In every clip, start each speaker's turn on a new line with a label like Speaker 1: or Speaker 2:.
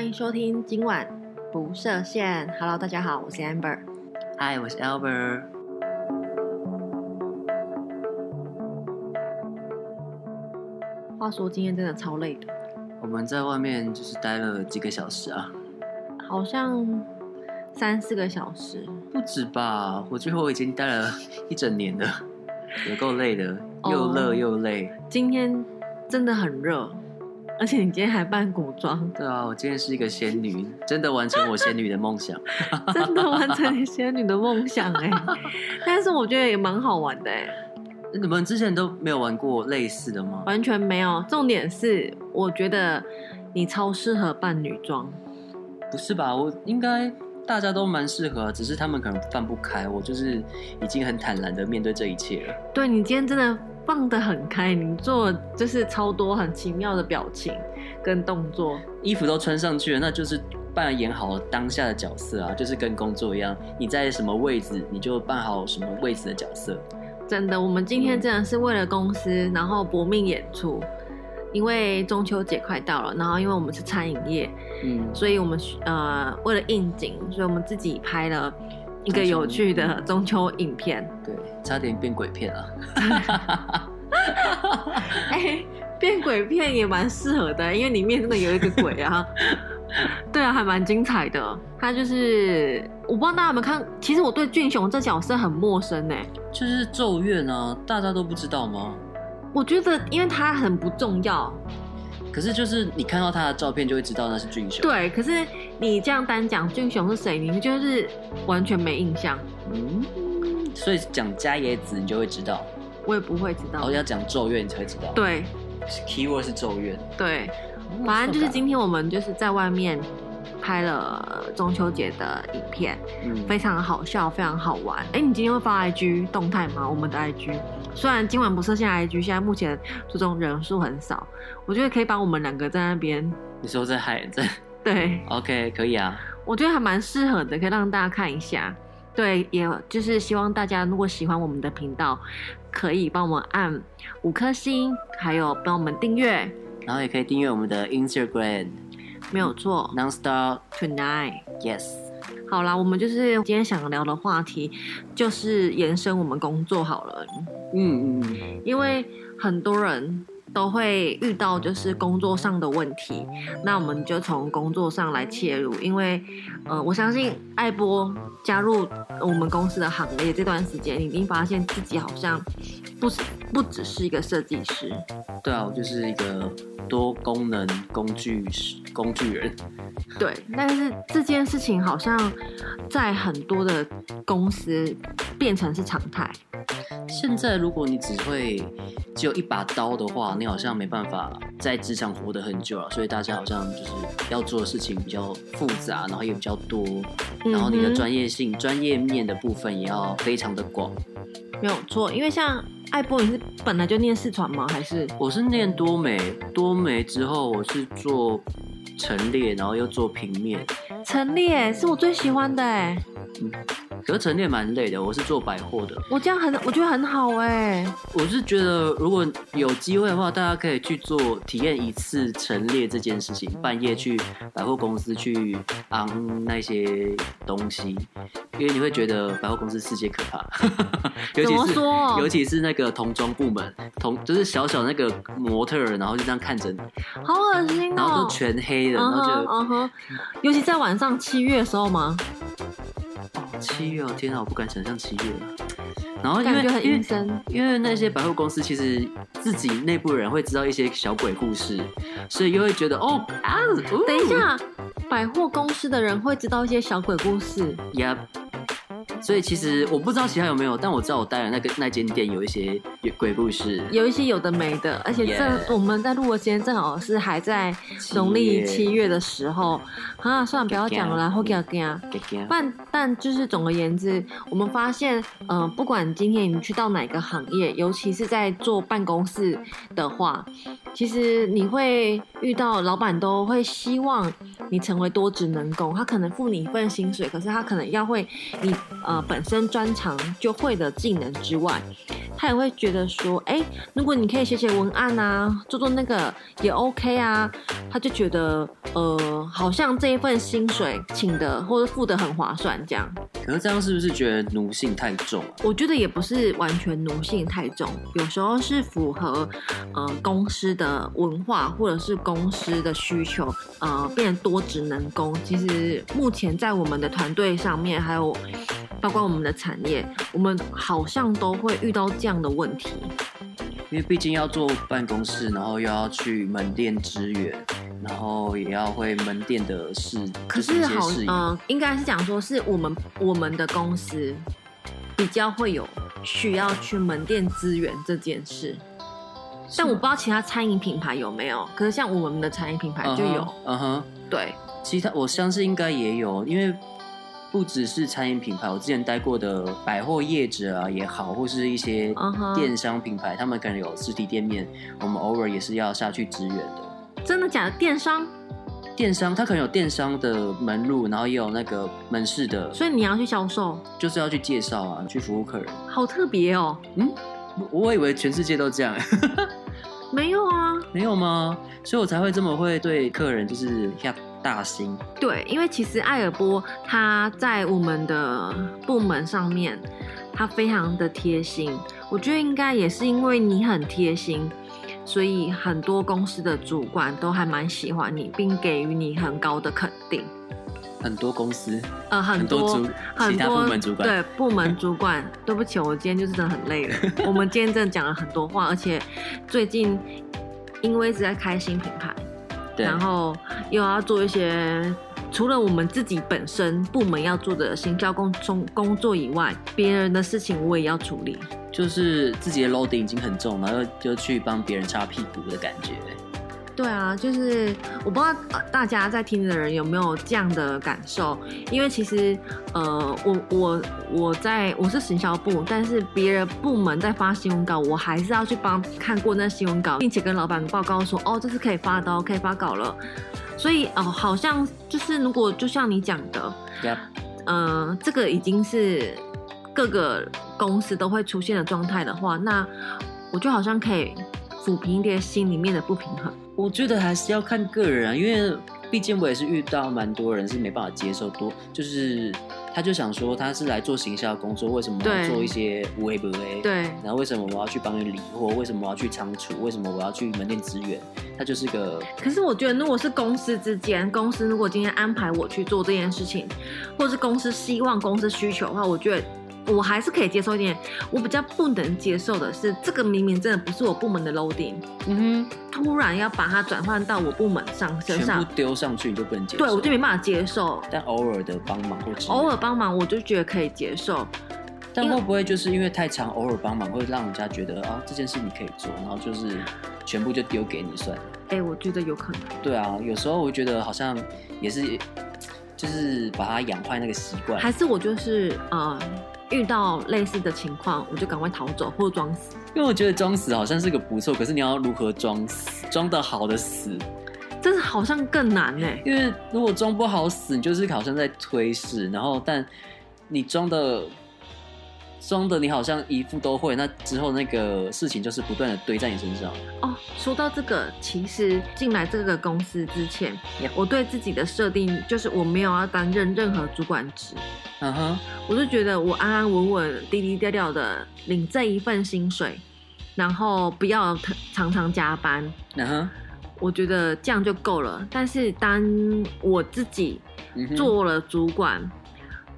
Speaker 1: 迎收听今晚不设限。Hello，大家好，我是 Amber。
Speaker 2: 嗨，我是 Albert。
Speaker 1: 话说今天真的超累的，
Speaker 2: 我们在外面就是待了几个小时啊，
Speaker 1: 好像三四个小时。
Speaker 2: 不止吧？我觉得我已经待了一整年了， 有够累的，
Speaker 1: 哦
Speaker 2: 又热又累。
Speaker 1: 今天真的很热，而且你今天还扮古装，
Speaker 2: 对啊，我今天是一个仙女，真的完成我仙女的梦想。
Speaker 1: 真的完成你仙女的梦想哎、 但是我觉得也蛮好玩的哎、
Speaker 2: 你们之前都没有玩过类似的吗？
Speaker 1: 完全没有。重点是，我觉得你超适合扮女装。
Speaker 2: 不是吧？我应该大家都蛮适合，啊只是他们可能放不开。我就是已经很坦然的面对这一切了。
Speaker 1: 对你今天真的放得很开，你做了就是超多很奇妙的表情跟动作。
Speaker 2: 衣服都穿上去了，那就是扮演好当下的角色啊，就是跟工作一样，你在什么位置，你就扮好什么位置的角色。
Speaker 1: 真的，我们今天真的是为了公司，然后搏命演出。因为中秋节快到了，然后因为我们是餐饮业，
Speaker 2: 嗯，
Speaker 1: 所以我们呃为了应景，所以我们自己拍了一个有趣的中秋影片。
Speaker 2: 对，差点变鬼片啊了。
Speaker 1: 哎、变鬼片也蛮适合的，因为里面真的有一个鬼 啊。对啊，还蛮精彩的。他就是我不知道大家有没有看，其实我对俊雄这角色很陌生哎、
Speaker 2: 就是《咒怨》啊，大家都不知道吗？
Speaker 1: 我觉得因为他很不重要，
Speaker 2: 可是就是你看到他的照片就会知道那是俊雄。，
Speaker 1: 对。可是你这样单讲俊雄是谁，你就是完全没印象，
Speaker 2: 嗯，所以讲加野子你就会知道，
Speaker 1: 我也不会知
Speaker 2: 然
Speaker 1: 道
Speaker 2: 后。要讲《咒怨》你才会知道。
Speaker 1: 对
Speaker 2: ，keyword 是《咒怨》。
Speaker 1: 对，
Speaker 2: 哦
Speaker 1: 反正就是
Speaker 2: 算吧
Speaker 1: 今天我们就是在外面拍了中秋节的影片。
Speaker 2: 嗯
Speaker 1: 非常好笑，非常好玩。哎、你今天会发 IG 动态吗？我们的 IG 虽然今晚不设限 IG，现在目前这种人数很少，我觉得可以把我们两个在那边，
Speaker 2: 你说在海在
Speaker 1: 对
Speaker 2: OK 可以啊，
Speaker 1: 我觉得还蛮适合的，可以让大家看一下。对，也就是希望大家如果喜欢我们的频道，可以帮我们按五颗星，还有帮我们订阅，
Speaker 2: 然后也可以订阅我们的 Instagram
Speaker 1: 没有错。
Speaker 2: Nonstop
Speaker 1: Tonight。
Speaker 2: Yes。
Speaker 1: 好啦，我们就是今天想聊的话题，就是延伸我们工作好了。
Speaker 2: 嗯嗯嗯，
Speaker 1: 因为很多人都会遇到就是工作上的问题，那我们就从工作上来切入，因为呃，我相信艾波加入我们公司的行列这段时间，你一定发现自己好像不是不只是一个设计师，
Speaker 2: 对啊，我就是一个多功能工具工具人。
Speaker 1: 对，但是这件事情好像在很多的公司变成是常态，
Speaker 2: 现在如果你只会只有一把刀的话，你好像没办法在职场活得很久了。所以大家好像就是要做的事情比较复杂，然后也比较多，然后你
Speaker 1: 嗯
Speaker 2: 的
Speaker 1: 哼
Speaker 2: 专业性、专业面的部分也要非常的广。
Speaker 1: 嗯没有错，因为像艾波你是本来就念四传吗？还是
Speaker 2: 我是念多美，多美之后我是做陈列，然后又做平面。
Speaker 1: 陈列是我最喜欢的哎、
Speaker 2: 可是陈列蛮累的，我是做百货的。
Speaker 1: 我这样很，我觉得很好哎、
Speaker 2: 我是觉得，如果有机会的话，大家可以去做体验一次陈列这件事情，半夜去百货公司去昂那些东西，因为你会觉得百货公司世界可怕， 尤
Speaker 1: 怎么
Speaker 2: 其是
Speaker 1: 说？
Speaker 2: 尤其是那个童装部门，童就是小小那个模特儿，然后就这样看着你，
Speaker 1: 好恶心哦、
Speaker 2: 然后都全黑的，然
Speaker 1: 嗯
Speaker 2: 后
Speaker 1: 哼
Speaker 2: 就
Speaker 1: 嗯哼，尤其在晚上七月的时候嘛，
Speaker 2: 七月哦，天啊，我不敢想象七月了。然后哦因
Speaker 1: 感
Speaker 2: 为
Speaker 1: 觉很
Speaker 2: 因为
Speaker 1: 阴森。
Speaker 2: 因为那些百货公司其实自己内部人会知道一些小鬼故事，所以又会觉得哦啊，哦
Speaker 1: 等一下，百货公司的人会知道一些小鬼故事，
Speaker 2: 呀。所以其实我不知道其他有没有，但我知道我待的那个那间店有一些有鬼故事。
Speaker 1: 有一些有的没的，而且正
Speaker 2: Yeah
Speaker 1: 我们在录的时间正好是还在农历七月的时候啊，算了，不要讲了啦，后给啊。
Speaker 2: 嘎嘎
Speaker 1: 但但就是总而言之，我们发现，呃，不管今天你去到哪个行业，尤其是在做办公室的话，其实你会遇到老板都会希望你成为多职能工，他可能付你一份薪水，可是他可能要会你呃本身专长就会的技能之外，他也会觉得说，哎、如果你可以写写文案啊，做做那个也 OK 啊，他就觉得呃，好像这一份薪水请的或者付的很划算这样。
Speaker 2: 可是这样是不是觉得奴性太重啊？
Speaker 1: 我觉得也不是完全奴性太重，有时候是符合呃公司的文化或者是公司的需求，呃，变成多职能工。其实目前在我们的团队上面，还有包括我们的产业，我们好像都会遇到这样的问题。
Speaker 2: 因为毕竟要做办公室，然后又要去门店支援，然后也要会门店的事，
Speaker 1: 可
Speaker 2: 就是一些
Speaker 1: 好
Speaker 2: 事，宜。
Speaker 1: 呃，应该是讲说是我们我们的公司比较会有需要去门店支援这件事。但我不知道其他餐饮品牌有没有，可是像我们的餐饮品牌就有。
Speaker 2: 嗯哼，
Speaker 1: 对，
Speaker 2: 其他我相信应该也有，因为不只是餐饮品牌，我之前待过的百货业者啊也好，或是一些
Speaker 1: 嗯哼
Speaker 2: 电商品牌，他们可能有实体店面，我们偶尔也是要下去支援的。
Speaker 1: 真的假的？电商，
Speaker 2: 电商它可能有电商的门路，然后也有那个门市的，
Speaker 1: 所以你要去销售，
Speaker 2: 就是要去介绍啊，去服务客人。
Speaker 1: 好特别哦。
Speaker 2: 嗯，我我以为全世界都这样、
Speaker 1: 没有啊，
Speaker 2: 没有吗？所以我才会这么会对客人就是下大心。
Speaker 1: 对，因为其实艾尔波他在我们的部门上面，他非常的贴心。我觉得应该也是因为你很贴心，所以很多公司的主管都还蛮喜欢你，并给予你很高的肯定。
Speaker 2: 很多公司，
Speaker 1: 呃，很
Speaker 2: 很
Speaker 1: 多
Speaker 2: 多主
Speaker 1: 很
Speaker 2: 其他部
Speaker 1: 多
Speaker 2: 门主管，
Speaker 1: 对部门主管， 对不起，我今天就是真的很累了。我们今天真的讲了很多话，而且最近因为一直在开新品牌，
Speaker 2: 对
Speaker 1: 然后又要做一些除了我们自己本身部门要做的行销工中工作以外，别人的事情我也要处理。
Speaker 2: 就是自己的 loading 已经很重，然后就去帮别人擦屁股的感觉。
Speaker 1: 对啊，就是我不知道呃大家在听的人有没有这样的感受，因为其实呃，我我我在我是行销部，但是别人部门在发新闻稿，我还是要去帮看过那新闻稿，并且跟老板报告说，哦，这是可以发的哦，可以发稿了。所以哦、好像就是如果就像你讲的，
Speaker 2: Yep，
Speaker 1: 呃，这个已经是各个公司都会出现的状态的话，那我就好像可以抚平一点心里面的不平衡。
Speaker 2: 我觉得还是要看个人啊，因为毕竟我也是遇到蛮多人是没办法接受多，就是他就想说他是来做行销工作，为什么我
Speaker 1: 对
Speaker 2: 要做一些无为不为？
Speaker 1: 对，
Speaker 2: 然后为什么我要去帮你理货？为什么我要去仓储？为什么我要去门店支援？他就是个
Speaker 1: 可是我觉得，如果是公司之间，公司如果今天安排我去做这件事情，或是公司希望公司需求的话，我觉得。我还是可以接受一点，我比较不能接受的是，这个明明真的不是我部门的 loading，
Speaker 2: 嗯
Speaker 1: 突然要把它转换到我部门上身
Speaker 2: 全
Speaker 1: 上
Speaker 2: 部，丢上去你就不能接受。
Speaker 1: 对我就没办法接受。
Speaker 2: 但偶尔的帮忙或支援
Speaker 1: 偶尔，帮忙，我就觉得可以接受。
Speaker 2: 但会不会就是因为太长，偶尔帮忙会让人家觉得啊这件事你可以做，然后就是全部就丢给你算了。
Speaker 1: 哎、我觉得有可能。
Speaker 2: 对啊，有时候我觉得好像也是，就是把它养坏那个习惯。
Speaker 1: 还是我就是呃，遇到类似的情况，我就赶快逃走或者装死。
Speaker 2: 因为我觉得装死好像是个不错，可是你要如何装死，装得好的死？
Speaker 1: 真的好像更难呢、
Speaker 2: 因为如果装不好死，你就是好像在推事，然后但你装的装的你好像一副都会，那之后那个事情就是不断的堆在你身上。
Speaker 1: 哦，说到这个，其实进来这个公司之前
Speaker 2: Yep
Speaker 1: 我对自己的设定就是我没有要担任任何主管职，
Speaker 2: 嗯哼，
Speaker 1: 我就觉得我安安稳稳、低低调调的领这一份薪水，然后不要常常常加班，
Speaker 2: 嗯哼，
Speaker 1: 我觉得这样就够了。但是当我自己
Speaker 2: 嗯哼，
Speaker 1: 做了主管，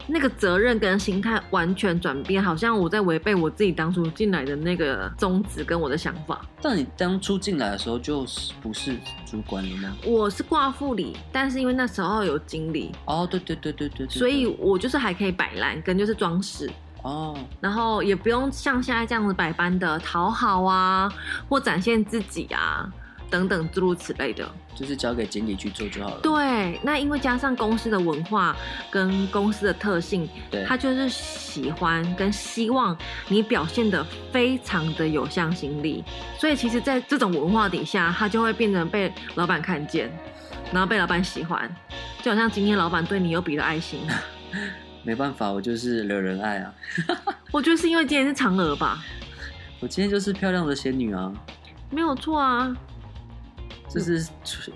Speaker 1: 那个责任跟心态完全转变，好像我在违背我自己当初进来的那个宗旨跟我的想法。
Speaker 2: 但你当初进来的时候就是不是主管了吗？
Speaker 1: 我是挂副理，但是因为那时候有经理，
Speaker 2: 哦，对对对对对对对
Speaker 1: 所以我就是还可以摆烂，跟就是装饰，
Speaker 2: 哦，
Speaker 1: 然后也不用像现在这样子百般的讨好啊，或展现自己啊。等等诸如此类的，
Speaker 2: 就是交给经理去做就好了。
Speaker 1: 对，啊那因为加上公司的文化跟公司的特性，
Speaker 2: 对，
Speaker 1: 他就是喜欢跟希望你表现的非常的有向心力，所以其实，在这种文化底下，他就会变成被老板看见，然后被老板喜欢，就好像今天老板对你有比的爱心，
Speaker 2: 没办法，我就是惹人爱啊。
Speaker 1: 我觉得是因为今天是嫦娥吧，
Speaker 2: 我今天就是漂亮的仙女啊，
Speaker 1: 没有错啊。
Speaker 2: 就是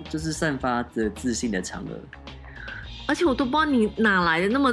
Speaker 2: 就是散发着自信的嫦娥。
Speaker 1: 而且我都不知道你哪来的那么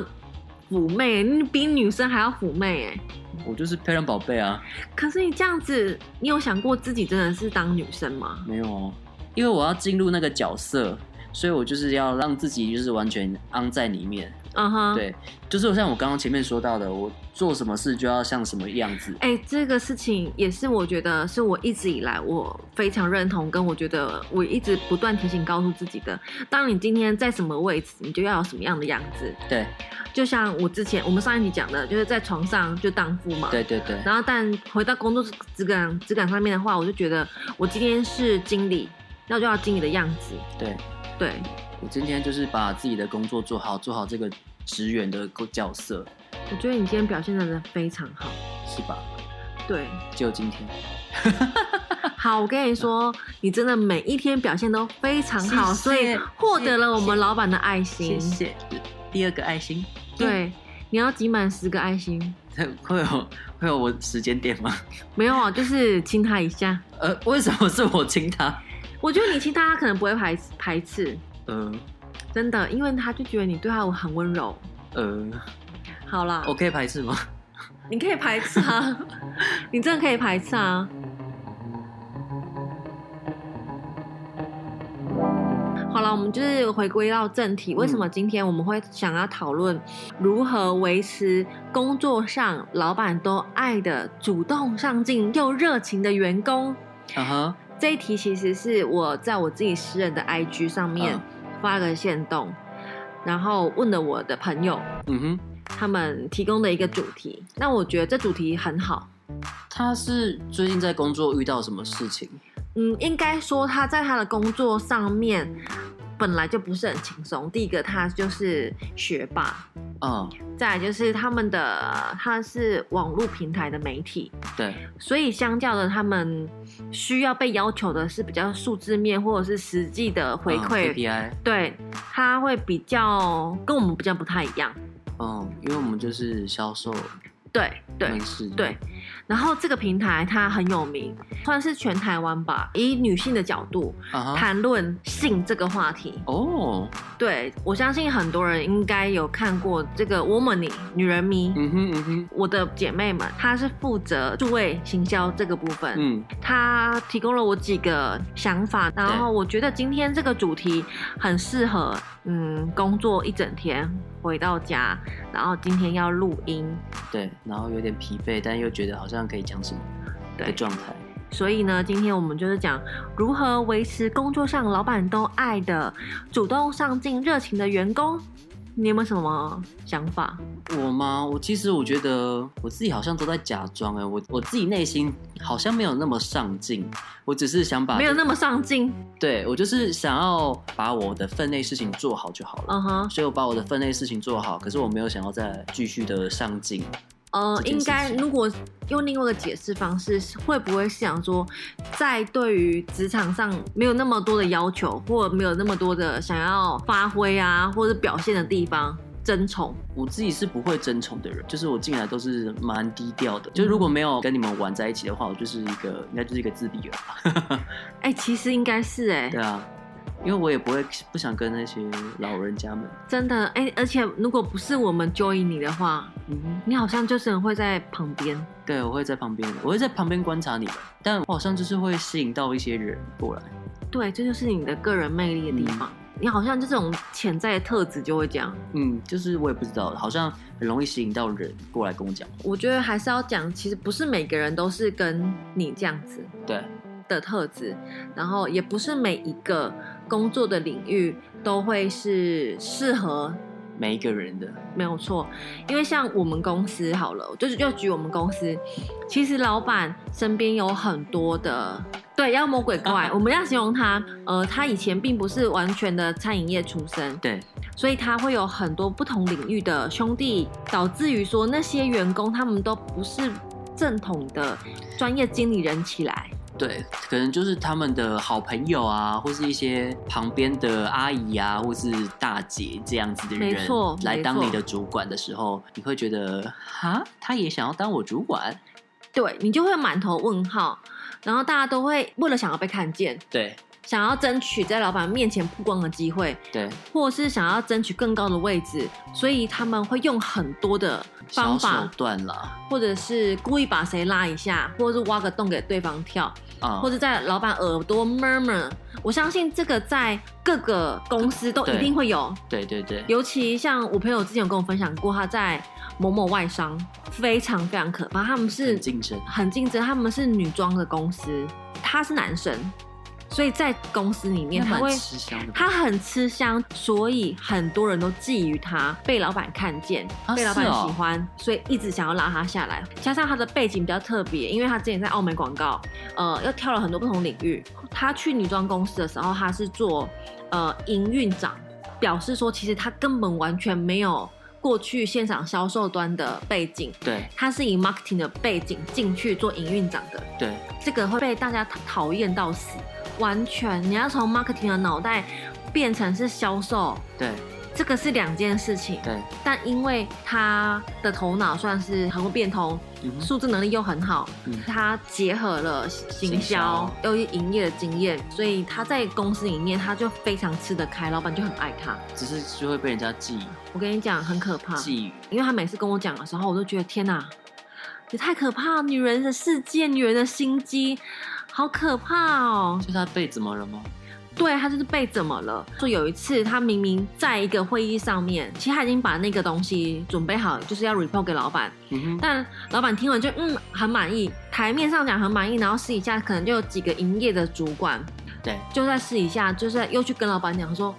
Speaker 1: 妩媚，你比女生还要妩媚哎。
Speaker 2: 我就是漂亮宝贝啊，
Speaker 1: 可是你这样子，你有想过自己真的是当女生吗？
Speaker 2: 没有哦，因为我要进入那个角色，所以我就是要让自己就是完全安在里面。
Speaker 1: 嗯哼，。
Speaker 2: 对，就是像我刚刚前面说到的，我做什么事就要像什么样子。
Speaker 1: 哎、这个事情也是我觉得是我一直以来我非常认同，跟我觉得我一直不断提醒告诉自己的。当你今天在什么位置，你就要有什么样的样子。
Speaker 2: 对，
Speaker 1: 就像我之前我们上一集讲的，就是在床上就荡妇嘛。
Speaker 2: 对对对，
Speaker 1: 然后，但回到工作质感质感上面的话，我就觉得我今天是经理，那我就要经理的样子。
Speaker 2: 对
Speaker 1: 对，
Speaker 2: 我今天就是把自己的工作做好，做好这个职员的角色，
Speaker 1: 我觉得你今天表现得真的非常好。
Speaker 2: 是吧？
Speaker 1: 对，
Speaker 2: 就今天，
Speaker 1: 好，我跟你说，你真的每一天表现都非常好，
Speaker 2: 谢谢
Speaker 1: 所以获得了我们老板的爱心。
Speaker 2: 谢谢。 第二个爱心，
Speaker 1: 对，你要集满十个爱心。
Speaker 2: 会有会有我时间点吗？
Speaker 1: 没有啊，就是亲他一下。
Speaker 2: 呃，为什么是我亲他？
Speaker 1: 我觉得你亲他，他可能不会排排斥，
Speaker 2: 呃
Speaker 1: 真的，因为他就觉得你对他很温柔。
Speaker 2: 呃，
Speaker 1: 好啦，
Speaker 2: 我可以排斥吗？
Speaker 1: 你可以排斥啊，你真的可以排斥啊。好了，我们就是回归到正题，为什么今天我们会想要讨论如何维持工作上老板都爱的主动上进又热情的员工？
Speaker 2: 啊哈，
Speaker 1: 这一题其实是我在我自己私人的 IG 上面
Speaker 2: 嗯
Speaker 1: 发了个线动，然后问了我的朋友
Speaker 2: 嗯哼，
Speaker 1: 他们提供的一个主题，那我觉得这主题很好。
Speaker 2: 他是最近在工作遇到什么事情？
Speaker 1: 嗯，应该说他在他的工作上面本来就不是很轻松。第一个，他就是学霸；
Speaker 2: 啊、
Speaker 1: 再来就是他们的他是网络平台的媒体，
Speaker 2: 对，
Speaker 1: 所以相较的，他们需要被要求的是比较数字面或者是实际的回
Speaker 2: 嗯
Speaker 1: 馈。
Speaker 2: KPI，
Speaker 1: 对，他会比较跟我们比较不太一样。
Speaker 2: 嗯，因为我们就是销售
Speaker 1: 对对，
Speaker 2: 人士，
Speaker 1: 对，然后这个平台它很有名，算是全台湾吧。以女性的角度
Speaker 2: 啊哈，
Speaker 1: 谈论性这个话题，
Speaker 2: 哦，
Speaker 1: 对我相信很多人应该有看过这个《Womany》女人迷。
Speaker 2: 嗯哼嗯哼，
Speaker 1: 我的姐妹们，她是负责数位行销这个部分，
Speaker 2: 嗯，
Speaker 1: 她提供了我几个想法，然后我觉得今天这个主题很适合，嗯，工作一整天回到家，然后今天要录音，
Speaker 2: 对，然后有点疲惫，但又觉得好像可以讲什么的
Speaker 1: 对，
Speaker 2: 状态。
Speaker 1: 所以呢，今天我们就是讲如何维持工作上老板都爱的主动上进、热情的员工。你有没有什么想法？
Speaker 2: 我吗？我其实我觉得我自己好像都在假装哎、我我自己内心好像没有那么上进，我只是想把
Speaker 1: 没有那么上进。
Speaker 2: 对我就是想要把我的分内事情做好就好了。
Speaker 1: 嗯哼，
Speaker 2: 所以我把我的分内事情做好，可是我没有想要再继续的上进。
Speaker 1: 呃，
Speaker 2: 这件
Speaker 1: 应
Speaker 2: 事情
Speaker 1: 该如果用另外一个解释方式，会不会是想说，在对于职场上没有那么多的要求，或没有那么多的想要发挥啊，或者表现的地方争宠？
Speaker 2: 我自己是不会争宠的人，就是我进来都是蛮低调的。就如果没有跟你们玩在一起的话，我就是一个应该就是一个自闭儿吧。
Speaker 1: 哎、其实应该是哎、
Speaker 2: 对啊，因为我也不会不想跟那些老人家们。
Speaker 1: 真的哎、而且如果不是我们 join 你的话，
Speaker 2: 嗯哼。
Speaker 1: 你好像就是很会在旁边，
Speaker 2: 对，我会在旁边，我会在旁边观察你们，但我好像就是会吸引到一些人过来。
Speaker 1: 对，这就是你的个人魅力的地方。你好像这种潜在的特质就会这样。
Speaker 2: 嗯，就是我也不知道，好像很容易吸引到人过来跟我讲话。
Speaker 1: 我觉得还是要讲，其实不是每个人都是跟你这样子
Speaker 2: 对，
Speaker 1: 的特质，然后也不是每一个工作的领域都会是适合。
Speaker 2: 每一个人的，
Speaker 1: 没有错，因为像我们公司好了，就是就举我们公司，其实老板身边有很多的，对，妖魔鬼怪，我们要形容他，呃，他以前并不是完全的餐饮业出身，
Speaker 2: 对，
Speaker 1: 所以他会有很多不同领域的兄弟，导致于说那些员工他们都不是正统的专业经理人起来。
Speaker 2: 对，可能就是他们的好朋友啊，或是一些旁边的阿姨啊，或是大姐这样子的人，
Speaker 1: 没错
Speaker 2: 来
Speaker 1: 没
Speaker 2: 当
Speaker 1: 错
Speaker 2: 你的主管的时候，你会觉得，哈，他也想要当我主管，
Speaker 1: 对你就会满头问号，然后大家都会为了想要被看见，
Speaker 2: 对
Speaker 1: 想要争取在老板面前曝光的机会，
Speaker 2: 对，
Speaker 1: 或是想要争取更高的位置，所以他们会用很多的
Speaker 2: 小
Speaker 1: 方
Speaker 2: 手
Speaker 1: 法，
Speaker 2: 段啦，
Speaker 1: 或者是故意把谁拉一下，或者是挖个洞给对方跳，
Speaker 2: 啊、
Speaker 1: 或者在老板耳朵 murmur。我相信这个在各个公司都一
Speaker 2: 对
Speaker 1: 定会有，
Speaker 2: 对对对，
Speaker 1: 尤其像我朋友之前有跟我分享过，他在某某外商非常非常可怕，他们是
Speaker 2: 很竞争，
Speaker 1: 很竞争，他们是女装的公司，他是男生，所以在公司里面
Speaker 2: 那
Speaker 1: 他
Speaker 2: 蛮
Speaker 1: 会
Speaker 2: 吃香的吧。
Speaker 1: 他很吃香，所以很多人都觊觎他，被老板看见，
Speaker 2: 啊
Speaker 1: 被老板
Speaker 2: 是哦
Speaker 1: 喜欢，所以一直想要拉他下来。加上他的背景比较特别，因为他之前在澳门广告，呃，又跳了很多不同领域。他去女装公司的时候，他是做呃营运长，表示说其实他根本完全没有过去现场销售端的背景，
Speaker 2: 对
Speaker 1: 他是以 marketing 的背景进去做营运长的。
Speaker 2: 对，
Speaker 1: 这个会被大家讨厌到死，完全你要从 marketing 的脑袋变成是销售，
Speaker 2: 对
Speaker 1: 这个是两件事情。
Speaker 2: 对，
Speaker 1: 但因为他的头脑算是很会变通，
Speaker 2: 嗯哼
Speaker 1: 数字能力又很好，
Speaker 2: 嗯
Speaker 1: 他结合了行
Speaker 2: 行
Speaker 1: 销
Speaker 2: 销
Speaker 1: 又有营业的经验，所以他在公司里面他就非常吃得开，老板就很爱他。
Speaker 2: 只是就会被人家寄
Speaker 1: 我跟你讲，很可怕。
Speaker 2: 寄语，
Speaker 1: 因为他每次跟我讲的时候，我都觉得天哪，也太可怕！女人的世界，女人的心机，好可怕哦！
Speaker 2: 就他被怎么了吗？
Speaker 1: 对他就是被怎么了？说有一次他明明在一个会议上面，其实他已经把那个东西准备好，就是要 report 给老板，
Speaker 2: 嗯哼，
Speaker 1: 但老板听完就嗯很满意，台面上讲很满意，然后私底下可能就有几个营业的主管
Speaker 2: 对，
Speaker 1: 就在私底下，就是又去跟老板讲说，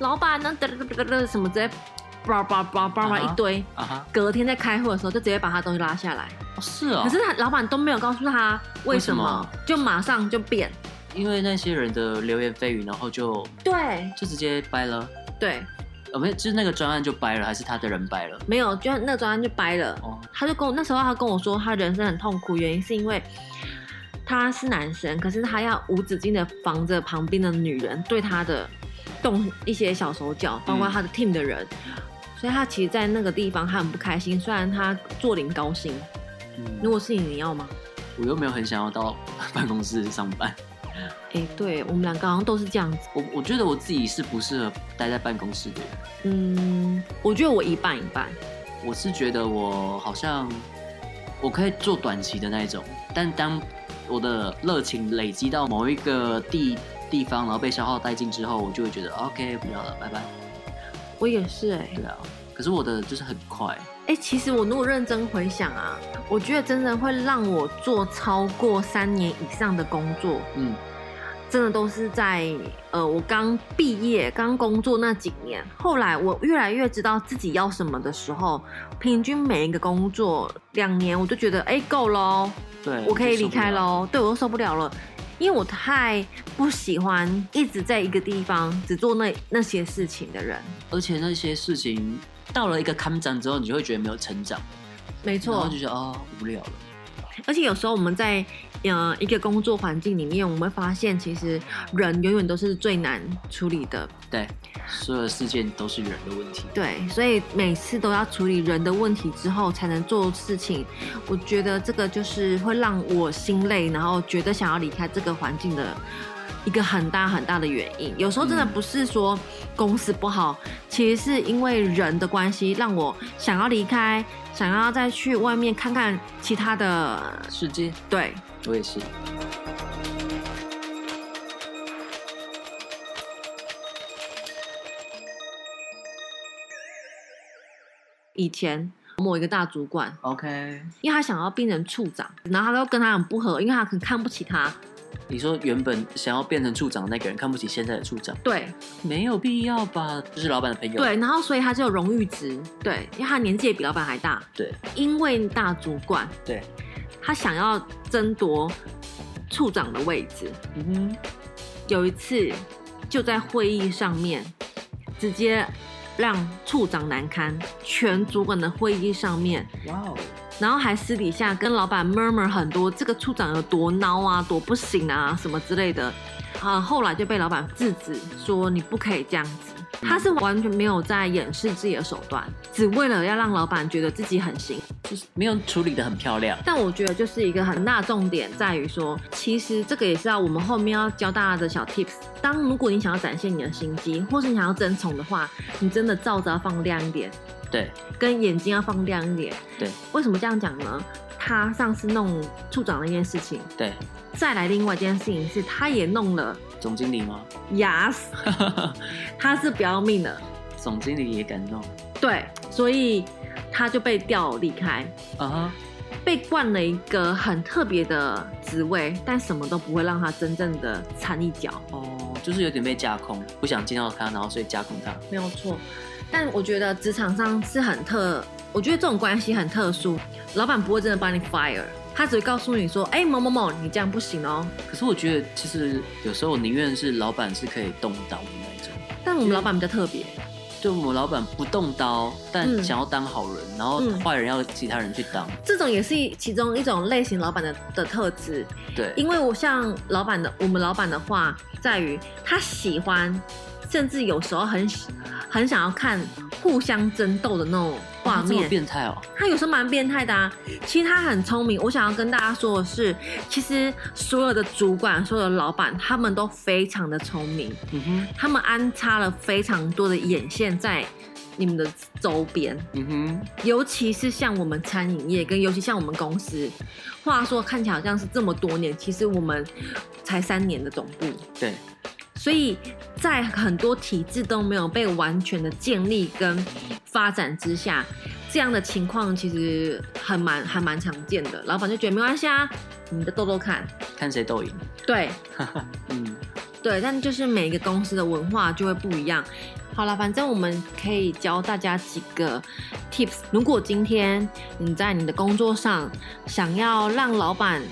Speaker 1: 老板呢，哒哒哒哒哒什么直接叭叭叭叭叭
Speaker 2: 啊哈
Speaker 1: 一堆。
Speaker 2: 啊哈，
Speaker 1: 隔天在开会的时候，就直接把他东西拉下来。
Speaker 2: 哦是哦，
Speaker 1: 可是他老板都没有告诉他为什么，
Speaker 2: 为什
Speaker 1: 就马上就变。
Speaker 2: 因为那些人的流言蜚语，然后就
Speaker 1: 对
Speaker 2: 就直接掰了，
Speaker 1: 对，
Speaker 2: 呃，没，就是那个专案就掰了，还是他的人掰了？
Speaker 1: 没有，就那专案就掰了。
Speaker 2: 哦，
Speaker 1: 他就跟我那时候他跟我说，他人生很痛苦，原因是因为他是男生，可是他要无止境的防着旁边的女人对他的动一些小手脚，包括他的 team 的人。所以他其实，在那个地方他很不开心。虽然他坐领高薪，如
Speaker 2: 嗯，
Speaker 1: 果是你，你要吗？
Speaker 2: 我又没有很想要到 办公室上班，
Speaker 1: 哎、对我们两个好像都是这样子。
Speaker 2: 我我觉得我自己是不适合待在办公室的人，
Speaker 1: 嗯，我觉得我一半一半。
Speaker 2: 我是觉得我好像我可以做短期的那一种，但当我的热情累积到某一个地地方，然后被消耗殆尽之后，我就会觉得 OK 不要了，拜拜。
Speaker 1: 我也是哎、
Speaker 2: 对啊，可是我的就是很快，
Speaker 1: 哎、其实我如果认真回想啊，我觉得真的会让我做超过三年以上的工作，
Speaker 2: 嗯，
Speaker 1: 真的都是在呃我刚毕业、刚工作那几年。后来我越来越知道自己要什么的时候，平均每一个工作两年，我就觉得哎够喽，
Speaker 2: 对，
Speaker 1: 我可以离开
Speaker 2: 了。
Speaker 1: 喽，对我嗯都受不了了。因为我太不喜欢一直在一个地方只做那那些事情的人，
Speaker 2: 而且那些事情到了一个坎展之后，你就会觉得没有成长，
Speaker 1: 没
Speaker 2: 然
Speaker 1: 错
Speaker 2: 后，就觉得哦无聊了。
Speaker 1: 而且有时候我们在呃一个工作环境里面，我们会发现其实人永远都是最难处理的，
Speaker 2: 对，所有的事件都是人的问题。
Speaker 1: 对，所以每次都要处理人的问题之后才能做事情。我觉得这个就是会让我心累，然后觉得想要离开这个环境的。一个很大很大的原因，有时候真的
Speaker 2: 嗯
Speaker 1: 不是说公司不好，其实是因为人的关系，让我想要离开，想要再去外面看看其他的。
Speaker 2: 世界，
Speaker 1: 对，
Speaker 2: 我也是。
Speaker 1: 以前某一个大主管，
Speaker 2: OK，
Speaker 1: 因为他想要变成处长，然后他又跟他很不合，因为他很看不起他。
Speaker 2: 你说原本想要变成处长的那个人看不起现在的处长，
Speaker 1: 对
Speaker 2: 没有必要吧？就是老板的朋友。
Speaker 1: 对，然后所以他就有荣誉值，对，因为他年纪也比老板还大。
Speaker 2: 对
Speaker 1: 因为大主管
Speaker 2: 对，
Speaker 1: 他想要争夺处长的位置，
Speaker 2: 嗯
Speaker 1: 有一次就在会议上面直接让处长难堪，全主管的会议上面
Speaker 2: 哼，哇哦，
Speaker 1: 然后还私底下跟老板 murmur 很多这个处长有多孬啊，多不行啊，什么之类的。啊，后来就被老板制止说你不可以这样子。他是完全没有在掩饰自己的手段，只为了要让老板觉得自己很行。
Speaker 2: 就是没有处理的很漂亮。
Speaker 1: 但我觉得就是一个很大的重点在于说，其实这个也是啊，我们后面要教大家的小 tips。当如果你想要展现你的心机，或是你想要争宠的话，你真的罩子要放亮一点，
Speaker 2: 对，
Speaker 1: 跟眼睛要放亮一点。
Speaker 2: 对，
Speaker 1: 为什么这样讲呢？他上次弄处长那件事情，
Speaker 2: 对，
Speaker 1: 再来另外一件事情是，他也弄了
Speaker 2: 总经理吗？
Speaker 1: 牙齿， 他是不要命的，
Speaker 2: 总经理也敢弄
Speaker 1: 对，所以他就被调离开。
Speaker 2: 啊哈？
Speaker 1: 被冠了一个很特别的职位，但什么都不会让他真正的掺一脚，
Speaker 2: 哦，就是有点被架空，不想见到他，然后所以架空他。
Speaker 1: 没有错。但我觉得职场上是很特，我觉得这种关系很特殊，老板不会真的把你 fire，他只会告诉你说，哎、某某某，你这样不行哦。
Speaker 2: 可是我觉得，其实有时候我宁愿是老板是可以动刀的那一种。
Speaker 1: 但我们老板比较特别，
Speaker 2: 就我们老板不动刀，但
Speaker 1: 嗯
Speaker 2: 想要当好人，然后
Speaker 1: 嗯
Speaker 2: 坏人要其他人去当。
Speaker 1: 这种也是其中一种类型老板的的特质，
Speaker 2: 对，
Speaker 1: 因为我像老板的，我们老板的话在于他喜欢，甚至有时候很喜很想要看互相争斗的那种画
Speaker 2: 哇这么
Speaker 1: 面。
Speaker 2: 变态哦。
Speaker 1: 他有时候蛮变态的啊。其实他很聪明。我想要跟大家说的是，其实所有的主管、所有的老板，他们都非常的聪明，
Speaker 2: 嗯哼，
Speaker 1: 他们安插了非常多的眼线在你们的周边。
Speaker 2: 嗯哼，
Speaker 1: 尤其是像我们餐饮业，跟尤其像我们公司，话说看起来好像是这么多年，其实我们才三年的总部，
Speaker 2: 对，
Speaker 1: 所以在很多体制都没有被完全的建立跟发展之下，这样的情况其实很蛮还蛮常见的。老板就觉得没关系啊，你的痘痘看，
Speaker 2: 看谁斗赢。
Speaker 1: 对
Speaker 2: 嗯，
Speaker 1: 对，但就是每个公司的文化就会不一样。好了，反正我们可以教大家几个 tips。如果今天你在你的工作上想要让老板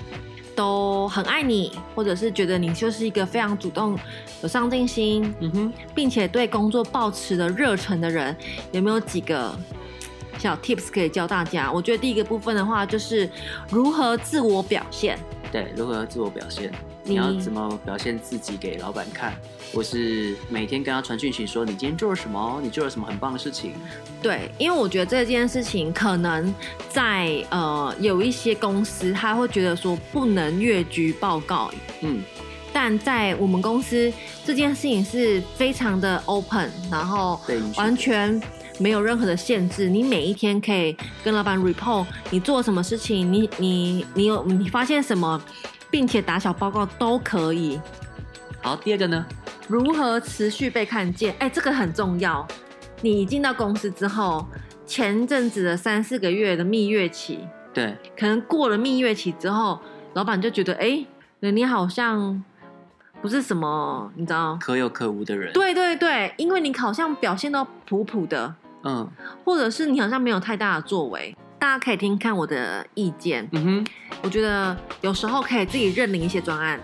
Speaker 1: 都很爱你，或者是觉得你就是一个非常主动、有上进心，
Speaker 2: 嗯哼，
Speaker 1: 并且对工作抱持的热忱的人，有没有几个小 tips 可以教大家？我觉得第一个部分的话，就是如何自我表现。
Speaker 2: 对，如何自我表现？
Speaker 1: 你
Speaker 2: 你要怎么表现自己给老板看？我是每天跟他传讯息说，你今天做了什么？你做了什么很棒的事情？
Speaker 1: 对，因为我觉得这件事情可能在呃有一些公司，他会觉得说不能越级报告，
Speaker 2: 嗯，
Speaker 1: 但在我们公司这件事情是非常的 open，然后
Speaker 2: 被允许
Speaker 1: 完全没有任何的限制。你每一天可以跟老板 report 你做什么事情，你你你有你发现什么，并且打小报告都可以。
Speaker 2: 好，第二个呢？
Speaker 1: 如何持续被看见？哎、这个很重要。你一进到公司之后，前阵子的三四个月的蜜月期，
Speaker 2: 对，
Speaker 1: 可能过了蜜月期之后，老板就觉得，哎、你好像不是什么，你知道？
Speaker 2: 可有可无的人。，
Speaker 1: 对对对，因为你好像表现都普普的，
Speaker 2: 嗯
Speaker 1: 或者是你好像没有太大的作为。大家可以听看我的意见，
Speaker 2: 嗯哼，
Speaker 1: 我觉得有时候可以自己认领一些专案。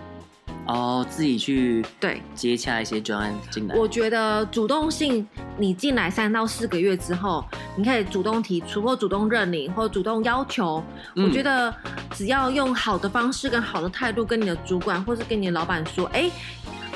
Speaker 2: 哦，自己去
Speaker 1: 对，
Speaker 2: 接洽一些专案进来。
Speaker 1: 我觉得主动性，你进来三到四个月之后，你可以主动提出，或主动认领，或主动要求。
Speaker 2: 嗯
Speaker 1: 我觉得只要用好的方式跟好的态度跟你的主管或是跟你的老板说，哎、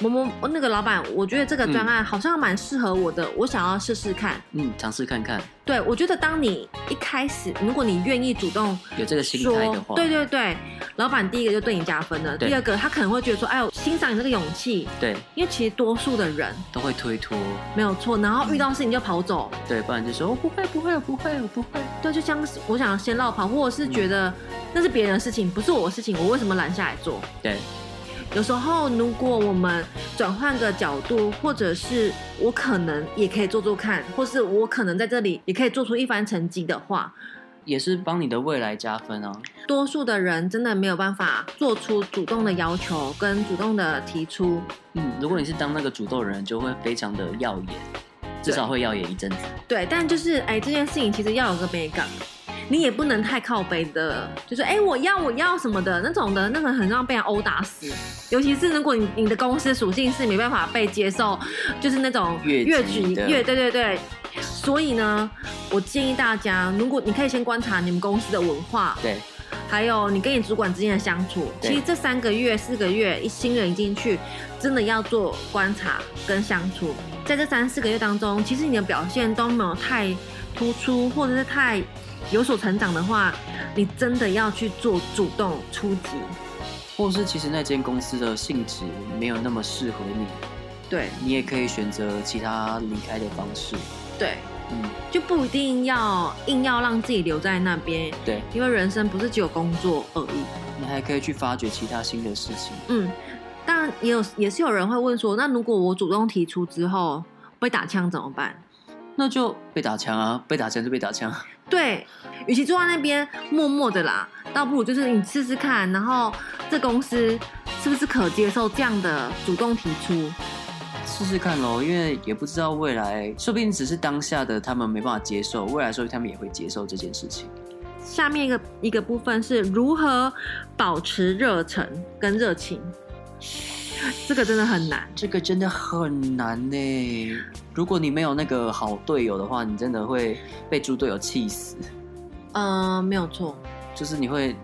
Speaker 1: 某某那个老板，我觉得这个专案好像蛮适合我的，我想要试试看。
Speaker 2: 嗯，尝试看看，
Speaker 1: 对，我觉得当你一开始，如果你愿意主动
Speaker 2: 有这个心
Speaker 1: 说
Speaker 2: 态的话，
Speaker 1: 对对对，老板第一个就对你加分了，
Speaker 2: 对
Speaker 1: 第二个他可能会觉得说，哎呦，欣赏你这个勇气，
Speaker 2: 对
Speaker 1: 因为其实多数的人。
Speaker 2: 都会推脱，
Speaker 1: 没有错，然后遇到事情就跑走，
Speaker 2: 对，不然就说、哦、不会不会我不会我不会，
Speaker 1: 对，就像是我想先绕跑，或者是觉得那是别人的事情，不是我的事情，我为什么拦下来做？
Speaker 2: 对，
Speaker 1: 有时候如果我们转换个角度，或者是我可能也可以做做看，或是我可能在这里也可以做出一番成绩的话，
Speaker 2: 也是帮你的未来加分啊。
Speaker 1: 多数的人真的没有办法做出主动的要求跟主动的提出，
Speaker 2: 嗯，如果你是当那个主动人，就会非常的耀眼，至少会耀眼一阵子。
Speaker 1: 对，但就是哎，这件事情其实要有个美感，你也不能太靠背的，就是哎，我要我要什么的那种的，那个很让被人殴打死。尤其是如果你你的公司属性是没办法被接受，就是那种
Speaker 2: 越级
Speaker 1: 级
Speaker 2: 的
Speaker 1: 越对对对。所以呢，我建议大家，如果你可以先观察你们公司的文化，
Speaker 2: 对，
Speaker 1: 还有你跟你主管之间的相处。
Speaker 2: 对
Speaker 1: 其实这三个月、四个月，一新人进去，真的要做观察跟相处。在这三四个月当中，其实你的表现都没有太突出，或者是太有所成长的话，你真的要去做主动出击。
Speaker 2: 或是其实那间公司的性质没有那么适合你，
Speaker 1: 对
Speaker 2: 你也可以选择其他离开的方式。
Speaker 1: 对，
Speaker 2: 嗯，
Speaker 1: 就不一定要硬要让自己留在那边，
Speaker 2: 对，
Speaker 1: 因为人生不是只有工作而已。
Speaker 2: 你还可以去发掘其他新的事情。
Speaker 1: 嗯，当然也有也是有人会问说，那如果我主动提出之后被打枪怎么办？
Speaker 2: 那就被打枪啊，被打枪就被打枪。
Speaker 1: 对，与其坐在那边默默的啦，倒不如就是你试试看，然后这公司是不是可接受这样的主动提出？
Speaker 2: 试试看喽，因为也不知道未来，说不定只是当下的他们没办法接受，未来说不定他们也会接受这件事情。
Speaker 1: 下面一个一个部分是如何保持热忱跟热情，这个真的很难。
Speaker 2: 这个真的很难呢。如果你没有那个好队友的话，你真的会被猪队友气死，
Speaker 1: 嗯、没有错。
Speaker 2: 就是你会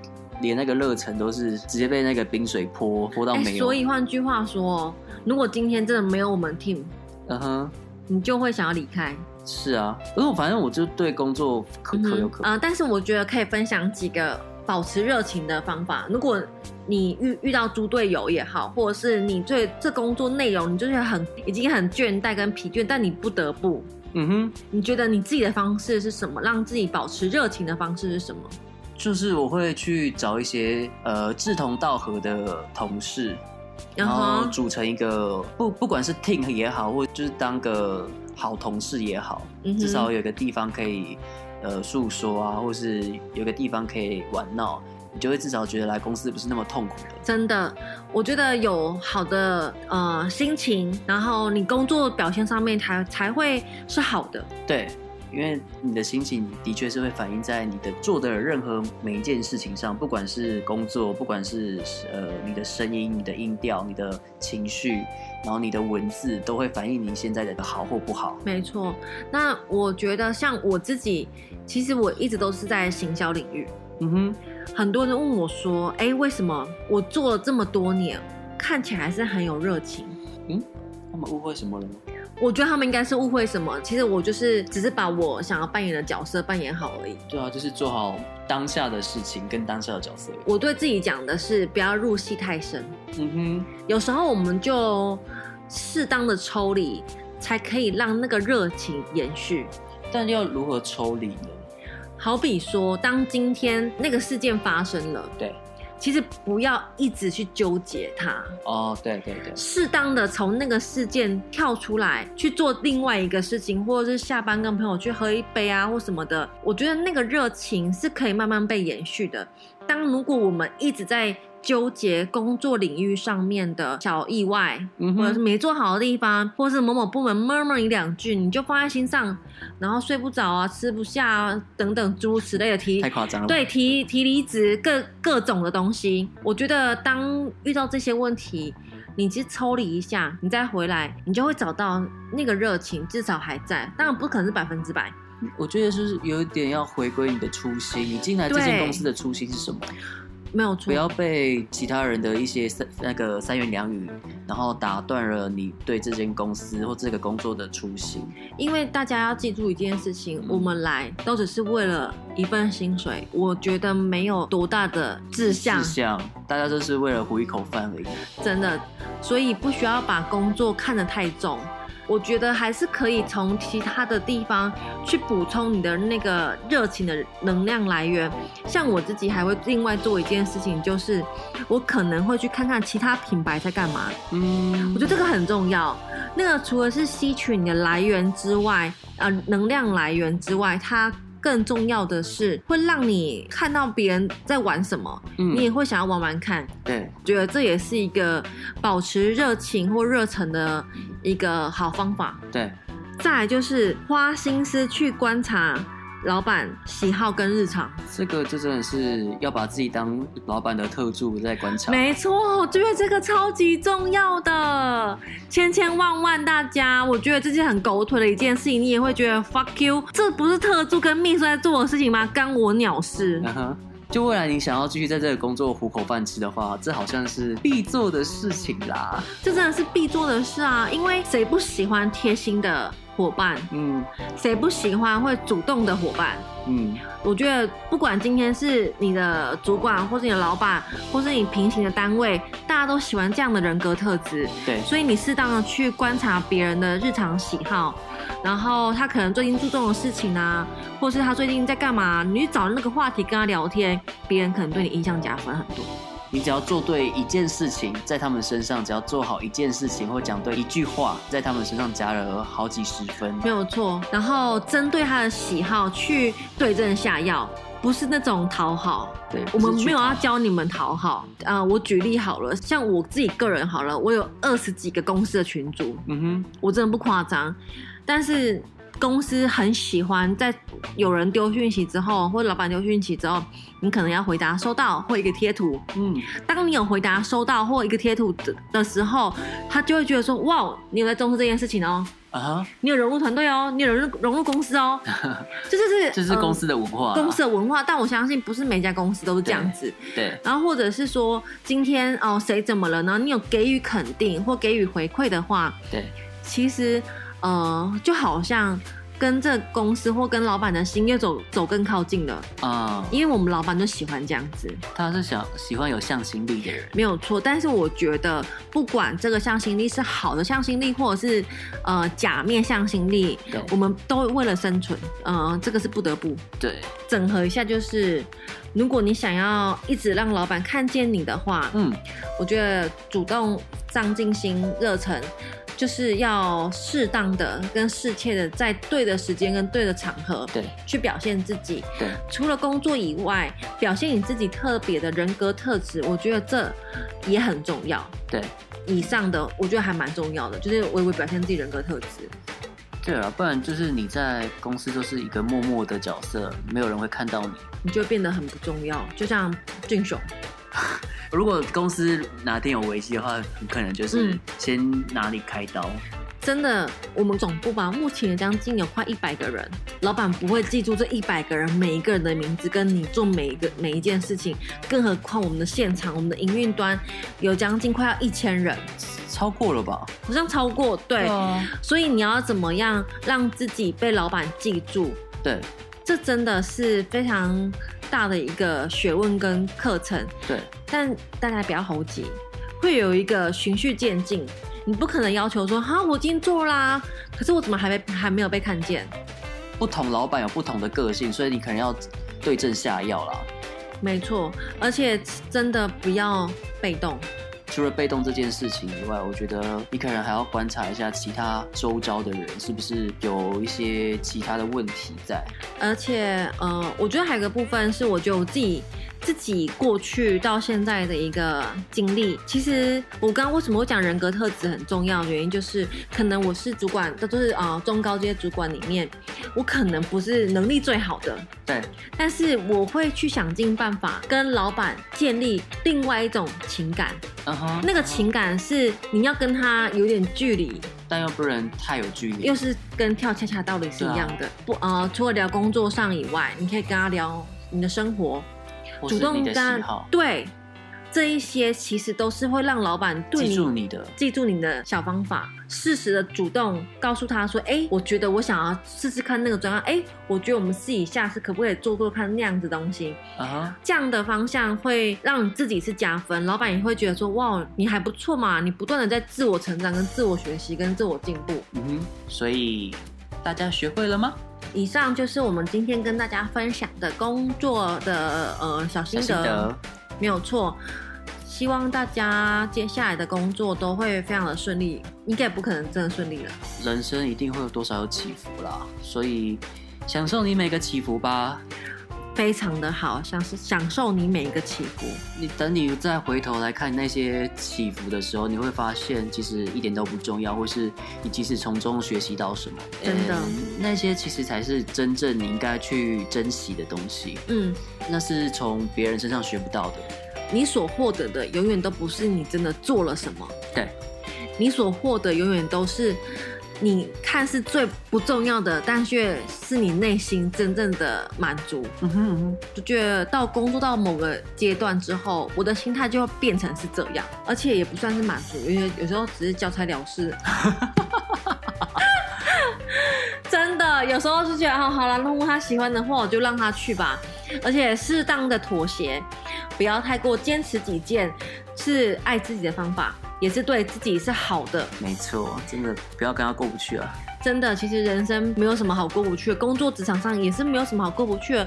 Speaker 2: 连那个热忱都是直接被那个冰水泼泼到
Speaker 1: 哎、
Speaker 2: 没有。
Speaker 1: 所以换句话说，如果今天真的没有我们 team，
Speaker 2: 嗯哼，
Speaker 1: 你就会想要离开。
Speaker 2: 是啊，因为我反正我就对工作可可有可无。
Speaker 1: 嗯、呃但是我觉得可以分享几个保持热情的方法。如果你遇遇到猪队友也好，或者是你对这工作内容你就是很已经很倦怠跟疲倦，但你不得不，
Speaker 2: 嗯哼。
Speaker 1: 你觉得你自己的方式是什么？让自己保持热情的方式是什么？
Speaker 2: 就是我会去找一些呃志同道合的同事，然后
Speaker 1: 嗯哼
Speaker 2: 组成一个不不管是 team 也好，或就是当个好同事也好，
Speaker 1: 嗯哼
Speaker 2: 至少有个地方可以呃诉说啊，或是有个地方可以玩闹，你就会至少觉得来公司不是那么痛苦的。
Speaker 1: 真的，我觉得有好的呃心情，然后你工作表现上面才才会是好的。
Speaker 2: 对，因为你的心情的确是会反映在你的做的任何每一件事情上，不管是工作，不管是呃你的声音、你的音调、你的情绪，然后你的文字，都会反映你现在的好或不好。
Speaker 1: 没错，那我觉得像我自己，其实我一直都是在行销领域，
Speaker 2: 嗯哼，
Speaker 1: 很多人问我说：“哎，为什么我做了这么多年，看起来是很有热情
Speaker 2: 他们误会什么了吗？？”
Speaker 1: 我觉得他们应该是误会什么，其实我就是只是把我想要扮演的角色扮演好而已。
Speaker 2: 对啊，就是做好当下的事情跟当下的角色。
Speaker 1: 我对自己讲的是不要入戏太深，
Speaker 2: 嗯
Speaker 1: 有时候我们就适当的抽离，才可以让那个热情延续。
Speaker 2: 哼，但要如何抽离呢？
Speaker 1: 好比说，当今天那个事件发生了，
Speaker 2: 对，
Speaker 1: 其实不要一直去纠结它，
Speaker 2: 哦，对对对，
Speaker 1: 适当的从那个事件跳出来，去做另外一个事情，或者是下班跟朋友去喝一杯啊，或什么的。我觉得那个热情是可以慢慢被延续的。当如果我们一直在纠结工作领域上面的小意外，
Speaker 2: 嗯
Speaker 1: 或者是
Speaker 2: 哼，
Speaker 1: 没做好的地方，或是某某部门 murmur 你两句，你就放在心上，然后睡不着啊，吃不下啊，等等诸如此类的提
Speaker 2: 太夸张了。，
Speaker 1: 对提提离职各各种的东西，我觉得当遇到这些问题，你去抽离一下，你再回来，你就会找到那个热情，至少还在。当然不可能是百分之百，
Speaker 2: 我觉得就是有一点要回归你的初心。你进来这间
Speaker 1: 对
Speaker 2: 公司的初心是什么？
Speaker 1: 没有
Speaker 2: 不
Speaker 1: 错。
Speaker 2: 要被其他人的一些三那个三言两语，然后打断了你对这间公司或这个工作的初心。
Speaker 1: 因为大家要记住一件事情，
Speaker 2: 嗯
Speaker 1: 我们来都只是为了一份薪水，我觉得没有多大的志向，
Speaker 2: 志向，大家都是为了糊一口饭而已。
Speaker 1: 真的，所以不需要把工作看得太重。我觉得还是可以从其他的地方去补充你的那个热情的能量来源。像我自己还会另外做一件事情，就是我可能会去看看其他品牌在干嘛。
Speaker 2: 嗯，
Speaker 1: 我觉得这个很重要。那个除了是吸取你的来源之外，呃，能量来源之外，它更重要的是会让你看到别人在玩什么，你也
Speaker 2: 嗯，
Speaker 1: 会想要玩玩看。
Speaker 2: 对，
Speaker 1: 觉得这也是一个保持热情或热忱的一个好方法。
Speaker 2: 对，
Speaker 1: 再来就是花心思去观察老板喜好跟日常。
Speaker 2: 这个就真的是要把自己当老板的特助在观察。
Speaker 1: 没错，我觉得这个超级重要的，千千万万大家，我觉得这是很狗腿的一件事情，你也会觉得 fuck you，这不是特助跟秘书在做的事情吗？干我鸟事。
Speaker 2: 嗯哼，就未来你想要继续在这里工作糊口饭吃的话，这好像是必做的事情啦。
Speaker 1: 这真的是必做的事啊！因为谁不喜欢贴心的伙伴？
Speaker 2: 嗯
Speaker 1: 谁不喜欢会主动的伙伴？
Speaker 2: 嗯，
Speaker 1: 我觉得不管今天是你的主管，或是你的老板，或是你平行的单位，大家都喜欢这样的人格特质。
Speaker 2: 对，
Speaker 1: 所以你适当的去观察别人的日常喜好，然后他可能最近注重的事情啊，或是他最近在干嘛，你去找那个话题跟他聊天，别人可能对你印象加分很多。
Speaker 2: 你只要做对一件事情，在他们身上只要做好一件事情，或讲对一句话，在他们身上加了好几十分。
Speaker 1: 没有错。然后针对他的喜好去对症下药，不是那种讨好。
Speaker 2: 对，
Speaker 1: 我们
Speaker 2: 就是去
Speaker 1: 没有要教你们讨好。呃，我举例好了，像我自己个人好了，我有二十几个公司的群组，
Speaker 2: 嗯
Speaker 1: 我真的不夸张。但是公司很喜欢在有人丢讯息之后，或者老板丢讯息之后，你可能要回答收到或一个贴图。
Speaker 2: 哼，嗯，
Speaker 1: 当你有回答收到或一个贴图的的时候，他就会觉得说：哇，你有在重视这件事情哦。
Speaker 2: 啊哈，
Speaker 1: 你有融入团队哦，你有融入融入公司 哦，这就是
Speaker 2: 这是公、司的文化啊
Speaker 1: 呃
Speaker 2: 啦。
Speaker 1: 公司的文化。但我相信不是每一家公司都是这样子。
Speaker 2: 对，
Speaker 1: 然后或者是说，今天哦谁怎么了呢？你有给予肯定或给予回馈的话，
Speaker 2: 对，
Speaker 1: 其实呃就好像跟这公司或跟老板的心又走走更靠近了，
Speaker 2: 啊、
Speaker 1: 因为我们老板就喜欢这样子。
Speaker 2: 他是想喜欢有向心力的人。
Speaker 1: 没有错，但是我觉得，不管这个向心力是好的向心力，或者是呃假面向心力
Speaker 2: 对，
Speaker 1: 我们都为了生存，呃，这个是不得不
Speaker 2: 对，
Speaker 1: 整合一下。就是如果你想要一直让老板看见你的话，
Speaker 2: 嗯，
Speaker 1: 我觉得主动、上进心、热忱，就是要适当的跟适切的，在对的时间跟对的场合
Speaker 2: 对
Speaker 1: 去表现自己。
Speaker 2: 对，
Speaker 1: 除了工作以外，表现你自己特别的人格特质，我觉得这也很重要。
Speaker 2: 对，
Speaker 1: 以上的我觉得还蛮重要的，就是微微表现自己人格特质。
Speaker 2: 对啊，不然就是你在公司就是一个默默的角色，没有人会看到你。
Speaker 1: 你就会变得很不重要，就像俊雄，
Speaker 2: 如果公司哪天有危机的话，很可能就是
Speaker 1: 嗯
Speaker 2: 先拿你开刀。
Speaker 1: 真的，我们总部吧，目前将近有快一百个人，老板不会记住这一百个人每一个人的名字，跟你做每一个每一件事情，更何况我们的现场，我们的营运端有将近快要一千人，
Speaker 2: 超过了吧？
Speaker 1: 好像超过对，
Speaker 2: 啊，
Speaker 1: 所以你要怎么样让自己被老板记住，
Speaker 2: 对
Speaker 1: 这真的是非常大的一个学问跟课程。
Speaker 2: 对
Speaker 1: 但大家不要猴急，会有一个循序渐进。你不可能要求说，哈，我已经做啦，可是我怎么还没还没有被看见？
Speaker 2: 不同老板有不同的个性，所以你可能要对症下药啦。
Speaker 1: 没错，而且真的不要被动。
Speaker 2: 除了被动这件事情以外，我觉得你可能还要观察一下其他周遭的人是不是有一些其他的问题在。
Speaker 1: 而且，呃，我觉得还有一个部分是，我觉得我自己自己过去到现在的一个经历。其实我刚刚为什么会讲人格特质很重要，原因就是可能我是主管，这就是呃中高阶主管里面，我可能不是能力最好的，
Speaker 2: 对，
Speaker 1: 但是我会去想尽办法跟老板建立另外一种情感，
Speaker 2: 嗯哼，
Speaker 1: 那个情感是你要跟他有点距离，
Speaker 2: 但又不能太有距离
Speaker 1: 又。是跟跳恰恰道理是一样
Speaker 2: 啊
Speaker 1: 的。不呃，除了聊工作上以外，你可以跟他聊你的生活，
Speaker 2: 或
Speaker 1: 主
Speaker 2: 是
Speaker 1: 动
Speaker 2: 你
Speaker 1: 跟
Speaker 2: 的
Speaker 1: 他
Speaker 2: 喜好，
Speaker 1: 对这一些其实都是会让老板对
Speaker 2: 记
Speaker 1: 你
Speaker 2: 住你的。
Speaker 1: 记住你的小方法，适时的主动告诉他说：“哎，我觉得我想要试试看那个专案，哎，我觉得我们试一下是可不可以做做看那样子东西。”
Speaker 2: 啊哈，
Speaker 1: 这样的方向会让你自己是加分，老板也会觉得说哇，你还不错嘛，你不断的在自我成长、跟自我学习、跟自我进步。
Speaker 2: 嗯哼，所以大家学会了吗？
Speaker 1: 以上就是我们今天跟大家分享的工作的呃小心
Speaker 2: 小
Speaker 1: 得，
Speaker 2: 心得，
Speaker 1: 没有错。希望大家接下来的工作都会非常的顺利，应该也不可能真的顺利了。
Speaker 2: 人生一定会有多少有起伏啦，所以享受你每个起伏吧。
Speaker 1: 非常的好，享享受你每一个起伏。
Speaker 2: 你等你再回头来看那些起伏的时候，你会发现其实一点都不重要，或是你即使从中学习到什么，
Speaker 1: 真的
Speaker 2: 嗯那些其实才是真正你应该去珍惜的东西，
Speaker 1: 嗯，
Speaker 2: 那是从别人身上学不到的。
Speaker 1: 你所获得的永远都不是你真的做了什么，
Speaker 2: 对，
Speaker 1: 你所获得永远都是你看似最不重要的，但却是你内心真正的满足。
Speaker 2: 嗯哼嗯哼，
Speaker 1: 就觉得到工作到某个阶段之后，我的心态就会变成是这样，而且也不算是满足，因为有时候只是交差了事。真的，有时候就觉得哦，好了，如果他喜欢的话，我就让他去吧。而且适当的妥协，不要太过坚持己见，是爱自己的方法，也是对自己是好的。
Speaker 2: 没错，真的不要跟他过不去啊。
Speaker 1: 真的，其实人生没有什么好过不去的，工作职场上也是没有什么好过不去的。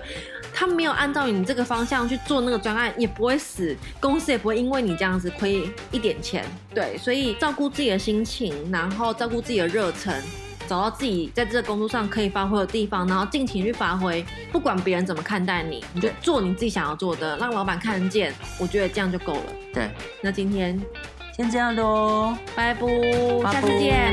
Speaker 1: 他没有按照你这个方向去做那个专案，也不会死，公司也不会因为你这样子亏一点钱。对，所以照顾自己的心情，然后照顾自己的热忱，找到自己在这个工作上可以发挥的地方，然后尽情去发挥，不管别人怎么看待你，你就
Speaker 2: 对
Speaker 1: 做你自己想要做的，让老板看见，我觉得这样就够了。
Speaker 2: 对，
Speaker 1: 那今天
Speaker 2: 先这样喽。
Speaker 1: 拜拜，
Speaker 2: 拜
Speaker 1: 下次见。